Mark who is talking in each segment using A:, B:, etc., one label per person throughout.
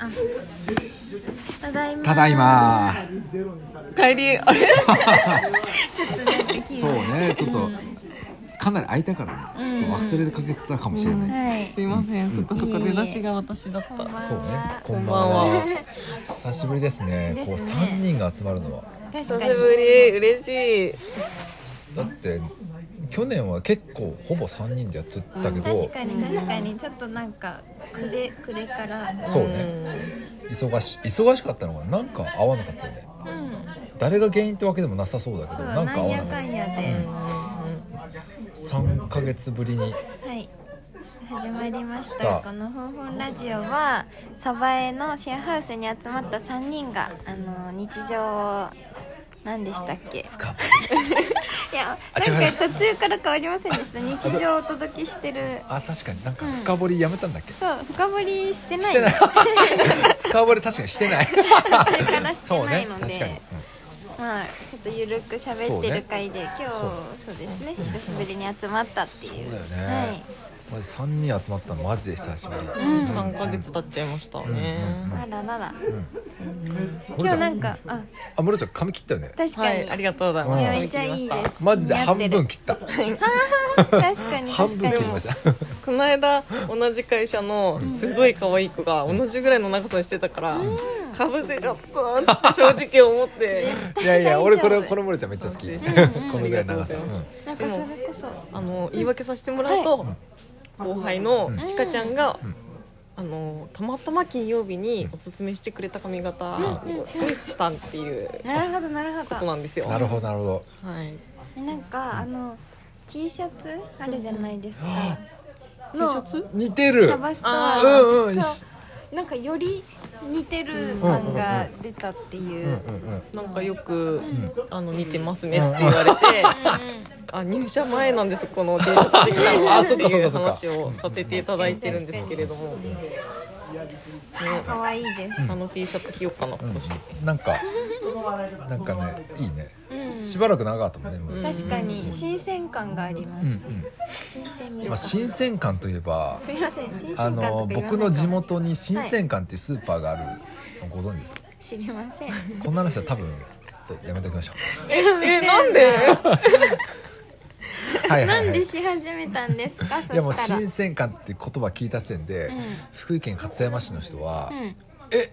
A: あただいま
B: ただいま
C: 帰りあれ
A: ちょっとねできる
B: そうねちょっとかなり空いたからねちょっと忘れかけてたかもしれない、
A: はい
C: すいません、
B: うん
C: そっかそっか
A: いえいえ
C: 出だしが私だった
B: そうねこ
C: こ
B: ん
C: ん
B: ば
C: ば
B: ん
C: んは
B: は久しぶりですね
A: ですね
B: こう3人が集まるのは
A: 確か
C: 久
A: に
C: しぶり嬉しい
B: だって去年は結構ほぼ3人でやってたけど、
A: 確かに確かにちょっとなんかくれくれから
B: そうね忙し忙しかったのがなんか合わなかったよね
A: うん
B: 誰が原因ってわけでもなさそうだけ
A: そ
B: ど
A: う
B: な
A: なん
B: か
A: ん
B: 合わ
A: や
B: な
A: か
B: かっ
A: んや
C: うん
A: で、
B: た3ヶ月ぶりに
A: はい始まりまし
B: した
A: たこの「ふんふんラジオは」鯖江のシェアハウスに集まった3人があの日常を何でしたっけ
B: 深
A: いや
B: あ
A: なん
B: 違う
A: か途中から変わりませんでした日常をお届けしてる
B: あ確かになんか深掘りやめたんだっけ、
A: そう深掘りしてない
B: してない深掘り確かにしてない
A: 途中からし
B: そ
A: て
B: う
A: な
B: ね
A: いので、
B: 確かに、
A: まあちょっとゆるく喋ってる回で、今日
B: そう
A: そうですね久しぶりに集まったっていう
B: そうだよねうん、3人集まったのマジで久しぶり、
A: はい、うん
C: 3ヶ月経っちゃいましたね、
A: あららら
B: ム
A: 今
B: ロちゃ
A: 日なんかあ
B: あムロちゃん髪切ったよね
A: 確か
C: は
A: に、
C: いありがとうございま
B: う
C: す
B: ん
A: めっちゃいいです
B: マジで半
A: 似合っ
B: 分
A: て
B: 切った
A: る確かに
B: 半
A: 確か
B: 分
A: に
B: 切 りました
C: この間同じ会社のすごい可愛い子が同じぐらいの長さにしてたからかぶせちゃったって正直思って
B: いやい
A: 大
B: や
A: 丈夫
B: 俺これこのムロちゃんめっちゃ好き、
C: うん
B: このぐらい長さ、
C: ありがとうございま
A: なんかそれこそ
C: あの言い訳させてもらうと、後輩の
B: うん
C: ちかちゃんが、
B: うん
C: あのたまたま金曜日におすすめしてくれた髪型をしたっていう
A: なるほどなる
C: こ
A: ほ
C: と
A: ど
C: なんですよ。
B: うんなるほどなるほど
C: はい、
A: なんかあの T シャツあるじゃないですか T
C: シャツ
B: 似てる
A: サバスと
C: あー
B: うんうん
A: そうなんかより似てる感が出たっていうう、
B: んうんうん
C: なんかよく、あの似てますねって言われて、あ入社前なんですこの定食的なのは
B: あ
C: っ
B: そ
C: て
B: っかそっ
C: い
B: か
C: う
B: そっか
C: 話をさせていただいてるんですけれども、ね、
A: 可愛いです、
C: あの T シャツ着ようかな今年。
B: なんかなんかねいいね
A: うん
B: しばらく長かったもんね、もう
A: 確かに新鮮感があります、
B: うんうん
A: 新鮮味
B: ま
A: が
B: あ、
A: す
B: 新鮮感といえば
A: みません新鮮
B: あ
A: 感とか言わ
B: の
A: ないか
B: 僕の地元に新鮮館っていうスーパーがあるのご存知ですか、
A: 知りません
B: こんな話は多分ちょっとやめておきましょ
C: えなんで？
B: うはいはい、は、
A: ないんでし始めたんですかそ
B: いやもう
A: したら
B: 新鮮感っていう言葉聞いた時点で、
A: ん
B: 福井県勝山市の人は、
A: うん
B: え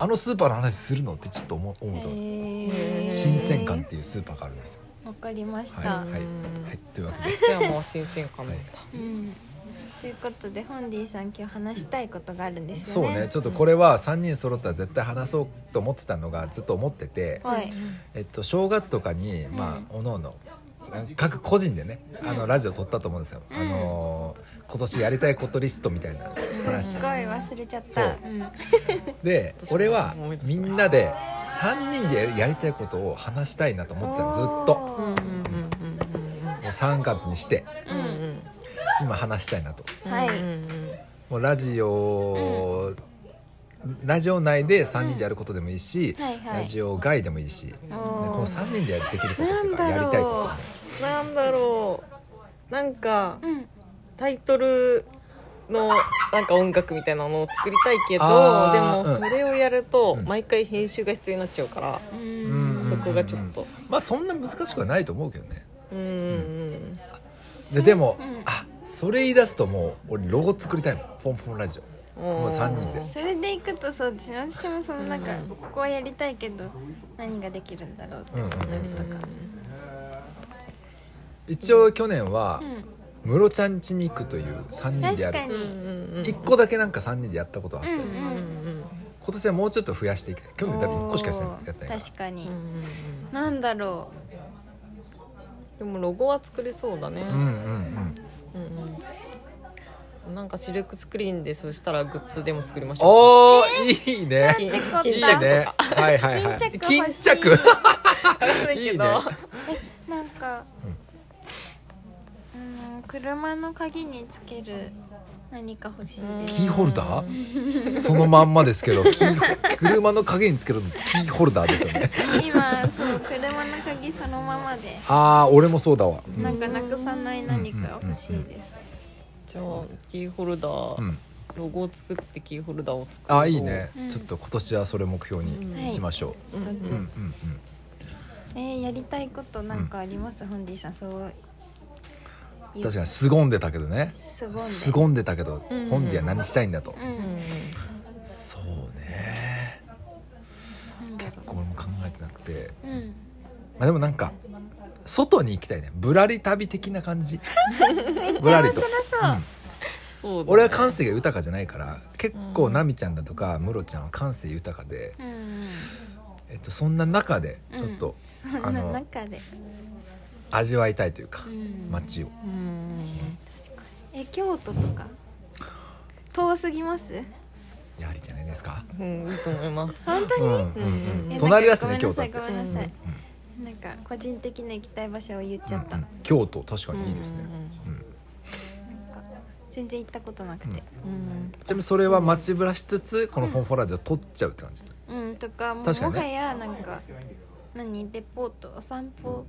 B: あのスーパーの話するのってちょっと思う思うと思う、
A: へー
B: 新鮮館っていうスーパーがあるんですよ
A: わかりまし
B: はい
A: た、
B: はい、はい、というわけで
C: じゃあもう新鮮感だった。
A: うんということでホンディさん今日話したいことがあるんです
B: そ
A: よ
B: う
A: ね
B: ねちょっとこれは3人揃ったら絶対話そうと思ってたのがずっと思ってて、
A: はい
B: えっと、正月とかに、まあ、おのおのあ各個人でねあのラジオ撮ったと思うんですよ、あのー今年やりたいことリストみたいな
A: す
B: 話
A: ごい忘れちゃっ
B: そ
A: た
B: う
A: うん
B: で
C: 私も
B: 俺は
C: 思い出す
B: みんなで3人でやりやりたいことを話したいなと思ってたのずっとも
A: おー
C: うんうんうん
B: う3月にして
C: うんうん
B: 今話したいなと
C: うん。
A: はい
C: うんうん
B: もうラジオ、ラジオ内で3人でやることでもいいし、
A: うんはいはい
B: ラジオ外でもいいし、で
A: お
B: こ
A: ー
B: の3人でやってできることっ
A: な
B: てい
A: ん
B: うか
A: だ
B: やりたいこ
A: ろ
C: うんなんだろう。なんか
A: ううん
C: タイトルのなんか音楽みたいなのを作りたいけ
B: あー
C: ど、でもそれをやると
B: うん
C: 毎回編集が必要になっちゃうから、
A: う
B: と、
A: ん
B: うん
C: そこがちょっと。
B: まあそんな難しくはないと思うけどね
C: うんうん
B: ででも、
A: うん
B: あそれ言い出すともう俺ロゴ作りたいもんポンポンラジオ
C: うん。
B: もう三人で
A: それでいくとそうですね私もそのなんか
C: うん
A: ここはやりたいけど何ができるんだろうって
B: うんうん
C: うん
B: 一応去年は
A: うん
B: ムロちゃん家に行くという3人でや
A: 確
B: る
A: か
C: うんうんうん。
B: 1個だけなんか3人でやったことはあったよね、
A: うん
C: うんうん
B: 今年はもうちょっと増やしていきたい去年だって1個しかしてない
A: おー
B: やったから
A: 確かに、
C: うんうん
A: なんだろ
C: うん。でもロゴは作れそうだね。
B: うんうん
C: うんうん、なんかシルクスクリーンでそうしたらグッズでも作りましょう
B: おーいいね
C: 金
A: てこと
B: い
A: い
B: い
C: 金
B: ね
C: 着
B: はいはいはい
A: 巾着欲しい
B: 着
C: だ
B: いい
C: け
B: ね
C: ど
A: うなんか、うん、車の鍵につける何か欲しいです
B: キーホルダーそのまんまですけどキーホ車の影につけるのってキーホルダーですよね
A: 今そう車の鍵そのままで
B: ああ俺もそうだわ、うん
A: なんかなくさない何か欲しいです、
C: じゃあキーホルダ
B: う
C: ー
B: ん
C: ロゴを作ってキーホルダーを作る
B: あいいね、
A: うん
B: ちょっと今年はそれ目標
C: うん
B: にしましょ
A: 一つ
B: う、うん、うんうん
A: えー、やりたいことなんかあります、ホンディさんそういう
B: 確かに凄んでたけどね
A: すごいね
B: 凄んでたけど、
C: うんうん
B: 本人は何したいんだと、
A: うん
C: うん
B: そうね
A: なんだろ
B: これも考えてなくて
A: ううん
B: まあでもなんか外に行きたいねぶらり旅的な感じぶらりと、うん
C: そうだね
B: 俺は感性が豊かじゃないから結構奈美ちゃんだとかムロちゃんは感性豊かで、
A: うん
B: えっと、そんな中でちょっと、
A: そ
B: あ
A: んな
B: の
A: 中で、
B: 味わいたいというか、
A: うん
B: 街を
C: うん
A: 確かにえ京都とか遠すぎます
B: やはりじゃないですか、
C: うんいいと思います
A: 本当
B: う
A: に、
B: んうん
C: 当に
B: うん
C: え
A: え
B: 隣だし
A: な
B: ね
A: んか
B: 京都って、
A: ごめんなさい、ごめんなさい
B: うん
A: なんか個人的な行きたい場所を言っちゃった、
B: うんうん京都確かにいいですね、うん
A: 全然行ったことなくて
C: うんうん
B: ちなみにそれは街ぶらしつつこのフォンフォラージュを取っちゃうって感じです
A: うん、とかもう
B: 確かにね
A: もはやなんか何レポートお散歩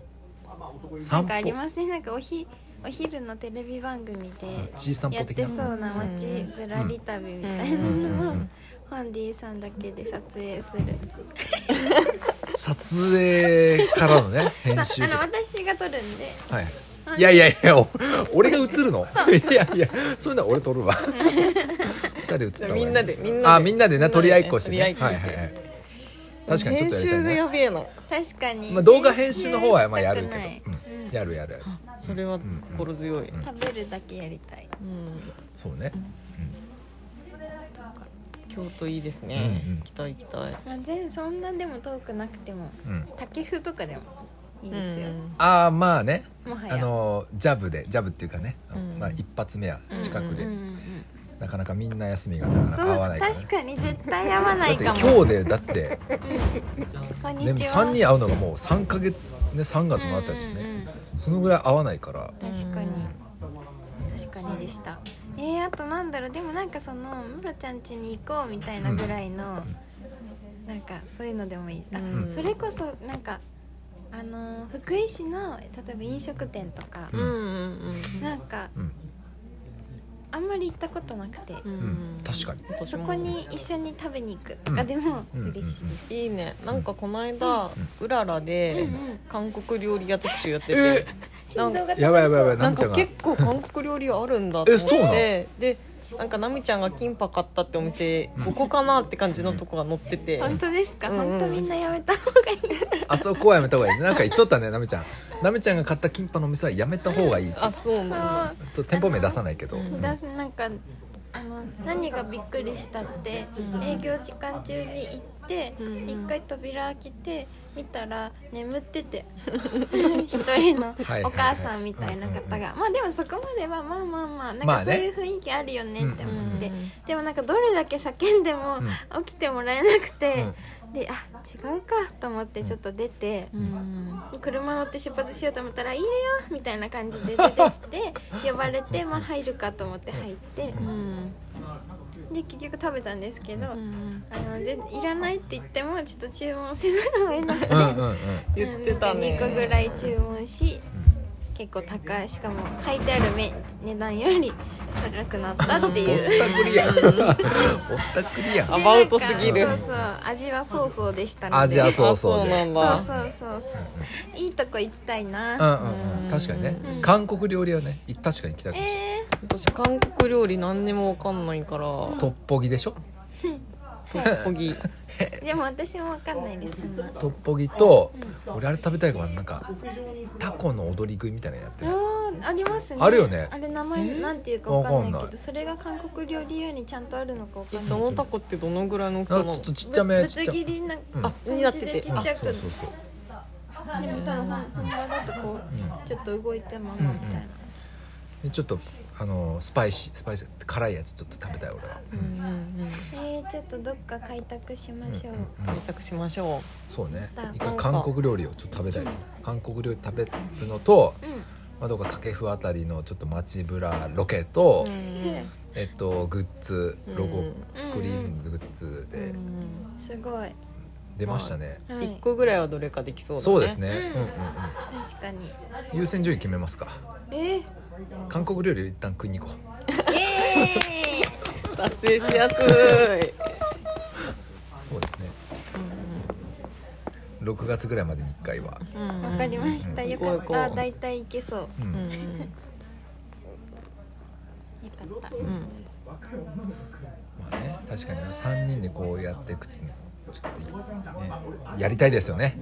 A: な
B: 散
A: んかあり
B: 歩
A: ますねなんかおひお昼のテレビ番組で
B: 小散
A: や
B: 歩
A: っ
B: 的
A: て
B: な
A: そうな街
C: うん
A: ぶらり旅みたいな
B: うん
A: の
B: う
A: を
B: んうん
A: ファンディさんだけで撮影する
B: 撮影か らのね編
A: さ
B: 集
A: あ
B: と
A: の
B: か
A: 私が撮るんで
B: はい
A: あ
B: いやいやいやお俺が映るの
A: そう
B: いやいやそういうのは俺撮るわ二人で映った
C: じゃ
B: 方が
C: あ
B: い
C: み
B: い
C: んなでみんなで
B: あみんなでね取り合いっこしてね
C: 取り合いっこして
B: はいはいはい確かにちょっとやり
C: 編
B: た
C: 集
B: い
C: が
B: ね
C: やべえな
A: 確かに、
B: まあ動画編集の方はまあやるけど
A: 編集したくない
B: うんやるやるやる
C: それは心強い、
B: うん
A: 食べるだけやりたい
C: うん、
B: そうね
C: 京都いいですね、
B: うんうん
C: 行きたい行きたい
A: まあ、全そんなでも遠くなくても
B: うんうん
A: 竹風とかでもいいですよ、
C: うん
B: ああまあね
A: もはや
B: あのジャブでジャブっていうかね、
C: うん
B: まあ、一発目は近く
A: う
B: で、
A: んうんうん
B: なかなかみんな休みがなかな
A: そ
B: か合わな
A: う
B: いから、
A: 確かに絶対合わない
B: だ
A: か
B: っ
A: も
B: て今日でだって
A: こん
B: で
A: に
B: も
A: ちは
B: 3人会うのがもう3か月ね3月もあったしね、
A: うんうんうん
B: そのぐらい会わないから
A: 確かに確かにでしたえー、あとなんだろうでもなんかそのムロちゃん家に行こうみたいなぐらいの、なんかそういうのでもいいあ、
C: うん
A: それこそなんかあのー福井市の例えば飲食店とか、
B: うん
C: うんうん
A: なんか
B: うん、
A: あんまり行ったことなくて、
C: うんう
B: うん
C: ん
B: 確かに
A: そこに一緒に食べに行くとかでも嬉しいです、
C: いいねなんかこの間うらら
A: うん
C: で
A: うん
C: 韓国料理屋特集やってて、
B: え
A: 心臓が
B: やばいやばいやばい
C: な
B: なんみちゃ
C: か
B: んが
C: 結構韓国料理屋あるんだと思
B: え
C: っ
B: そうなの
C: てでなんか奈美ちゃんがキンパ買ったってお店ここかなって感じのとこが載ってて
A: 本当ですか、
C: うんう
A: 本
C: ん
A: 当みんなやめた方がいい
B: あそこはやめた方がいいねなんか言っとったねなめちゃんなめちゃんが買ったキンパのお店はやめた方がいいって
C: あそうな
A: そう
B: と店舗名出さないけど、
C: うん
A: だなんかあの何がびっくりしたって営業時間中に行って
C: うん
A: 一回扉開けて見たら眠ってて一人の
B: はい
A: お母さんみたいな方がまあでもそこまではまあまあまあなん
B: ま
A: か
B: あ
A: そう
B: ね
A: いう雰囲気あるよねって思って
C: うんうん
A: でもなんかどれだけ叫んでも
B: う
A: 起きてもらえなくてであ違うかと思ってちょっと出て。
C: のうん
A: 車乗って出発しようと思ったら「いるよ」みたいな感じで出てきて呼ばれてまあ入るかと思って入って
C: うん
A: で結局食べたんですけどあ
C: うん
A: のでいらないって言ってもちょっと注文せざるを得なく て
B: うんうんうん
C: 言ってたね
A: 2個ぐらい注文し結構高いしかも書いてあるめ値段より高くなったって
B: ぼっ
A: いう。
B: たくりやんぼったくり やん
C: アバウトすぎ
A: で
C: る
A: なんかそうそう味はそうそうでしたので
B: 味は
A: そ
B: そうそう
C: あそうなん
B: で
A: う
C: だ
A: そうそうそういいとこ行きたいな、
B: うんうんうん確かにね
A: うん
B: 韓国料理はねい確かに行きたい
A: え
C: 私韓国料理何にも分かんないから
B: トッポギでしょ
A: ーはい
C: 小木
A: でも私もわかんないですそんな
B: トッポギと俺あれ食べたいからなんかタコの踊り食いみたいなのやってる
A: あーありますね
B: あるよね
A: あれ名前なんていうかわかんないけどそれが韓国料理屋にちゃんとあるのかわかん
C: え
A: ない
C: そのタコってどのぐらいの大きさ
B: あ
C: な
B: ちょっ
C: の
B: とちっちゃめ
A: ぶ
B: ち
A: つ
B: っちゃ
A: 切
B: め
A: りな
C: あに
A: 感
C: なって
A: じ
C: て
A: でちっちゃく
B: そう
A: で
B: そうそう
A: も多分本本場だとこうちょっと動いたままみたいな
B: でちょっとあのスパイシースパイシー辛いやつちょっと食べたい俺は
C: うんうんうん
A: えー、ちょっとどっか開拓しましょう
B: うん
C: 開拓しましょ
B: そうね
A: だ
B: 一回韓国料理をちょっと食べたいですね韓国料理食べるのと
A: う
B: まあどこか竹風あたりのちょっと街ぶらロケと
C: う、
A: ん、
B: えっとグッズロ
C: う
B: ゴ
C: ん
B: スクリーンズグッズ
C: う
B: で
C: ん
A: すごい、
B: 出ましたね
A: は
C: 一
A: い、
C: 個ぐらいはどれかできそうだね
B: そうです
A: う
B: ね
A: ん
B: うんうん
A: 確かに
B: うん優先順位決めますか
A: えー、
B: 韓国料理を一旦食いに行こう
A: イエーイ
C: 達成しやすい
B: そうですね6月ぐらいまでに1回は、
C: うん
A: わかりましたよか
C: 行
A: っ
C: こう行
A: た
C: こう
A: だいたいいけそうよ
B: うん
C: うん
A: かった
C: うん
B: まあね確かにな3人でこうやっていくっていうのはちょっと、ね、やりたいですよね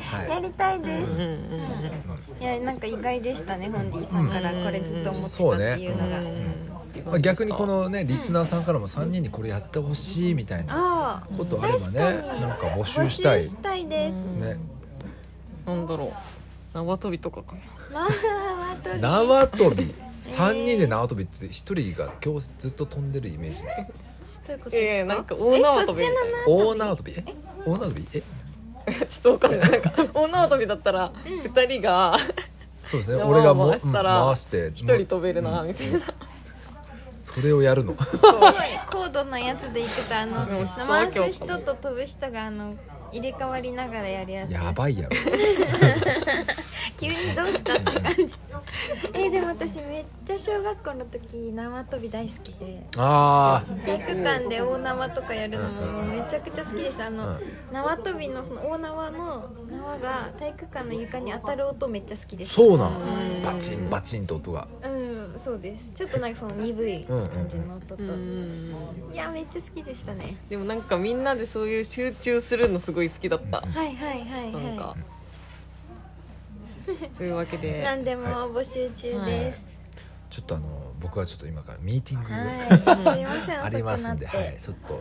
B: はい
A: やりたいです
C: うんうん
A: いやなんか意外でしたねホンディさんからこれずっと思ってたっていうのが、
C: うん
B: まあ、逆にこのねリスナーさんからも3人にこれやってほしいみたいな
A: ああ
B: ことあればね
A: 確かに
B: なんか募集したい
A: 募集したいです、
B: ね
C: なんだろう縄跳びとかかな
A: まああと
B: 縄跳び3人で縄跳びって1人が今日ずっと飛んでるイメージ
A: どういうこと
C: いやい
A: です
C: や
A: か
C: なんか大縄跳びみたい
A: えそっちの
C: な
B: 大縄跳びえ大縄跳びえ
C: ちょっとわかんないなんか大縄跳びだったら2人が
B: そうですね
C: 縄を
B: 俺がも
C: 回したら
B: うん回して
C: 1人飛べるなみたいな
B: それをやるの
A: すごい高度なやつでいくとあの
C: でもちょっとわ
A: 回
C: けわかんない
A: す人と飛ぶ人があの入れ替わりながらやるやつ
B: やばいやろ
A: 急にどうしたって感じえでも私めっちゃ小学校の時縄跳び大好きで
B: あー
A: 体育館で大縄とかやるのもめちゃくちゃ好きでしたあの、
B: うん
A: 縄跳びのその大縄の縄が体育館の床に当たる音めっちゃ好きでした
B: そうな
C: う
B: の
C: ん
B: バチンバチンと音が
A: うんそうですちょっとなんかその鈍い感じの音と、いやめっちゃ好きでしたね
C: でもなんかみんなでそういう集中するのすごい好きだった
A: はいはいはい
C: な
A: はい
C: んか そういうわけで
A: 何でも募集中です。
B: ちょっとあの僕はちょっと今からミーティング
A: はい、すいません、
B: があ
A: 遅
B: り
A: く
B: ます
A: なっ
B: ん
A: て。
B: ではいちょっと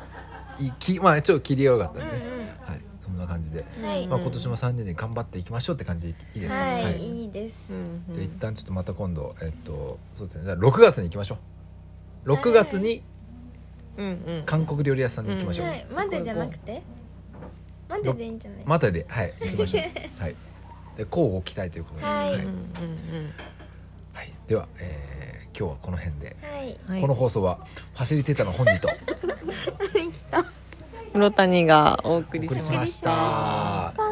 B: いきまあちょっと切りよかったんでね
A: うんうん
B: はいそんな感じで
A: はい、
B: まあ今年も3人で頑張っていきましょうって感じでいいですか
A: はい、
B: はい
A: い、いです。
C: うんうん
B: じゃあ一旦ちょっとまた今度えっとそうですねじゃあ6月に行きましょう6月に
C: うんうん
B: 韓国料理屋さんに行きましょう
A: はい、までじゃなくて。まででいいんじゃない。
B: またではい行きましょう はいで交互期待ということで
A: はい
B: は
C: う
B: い
C: んうん
B: はいではえー今日はこの辺で
A: はい、
C: うん
B: この放送はファシリテーターの本人と
A: 来た。
C: 室谷がお送
B: お
C: り
B: 送
C: し
B: り
C: まし
B: したました
A: ポ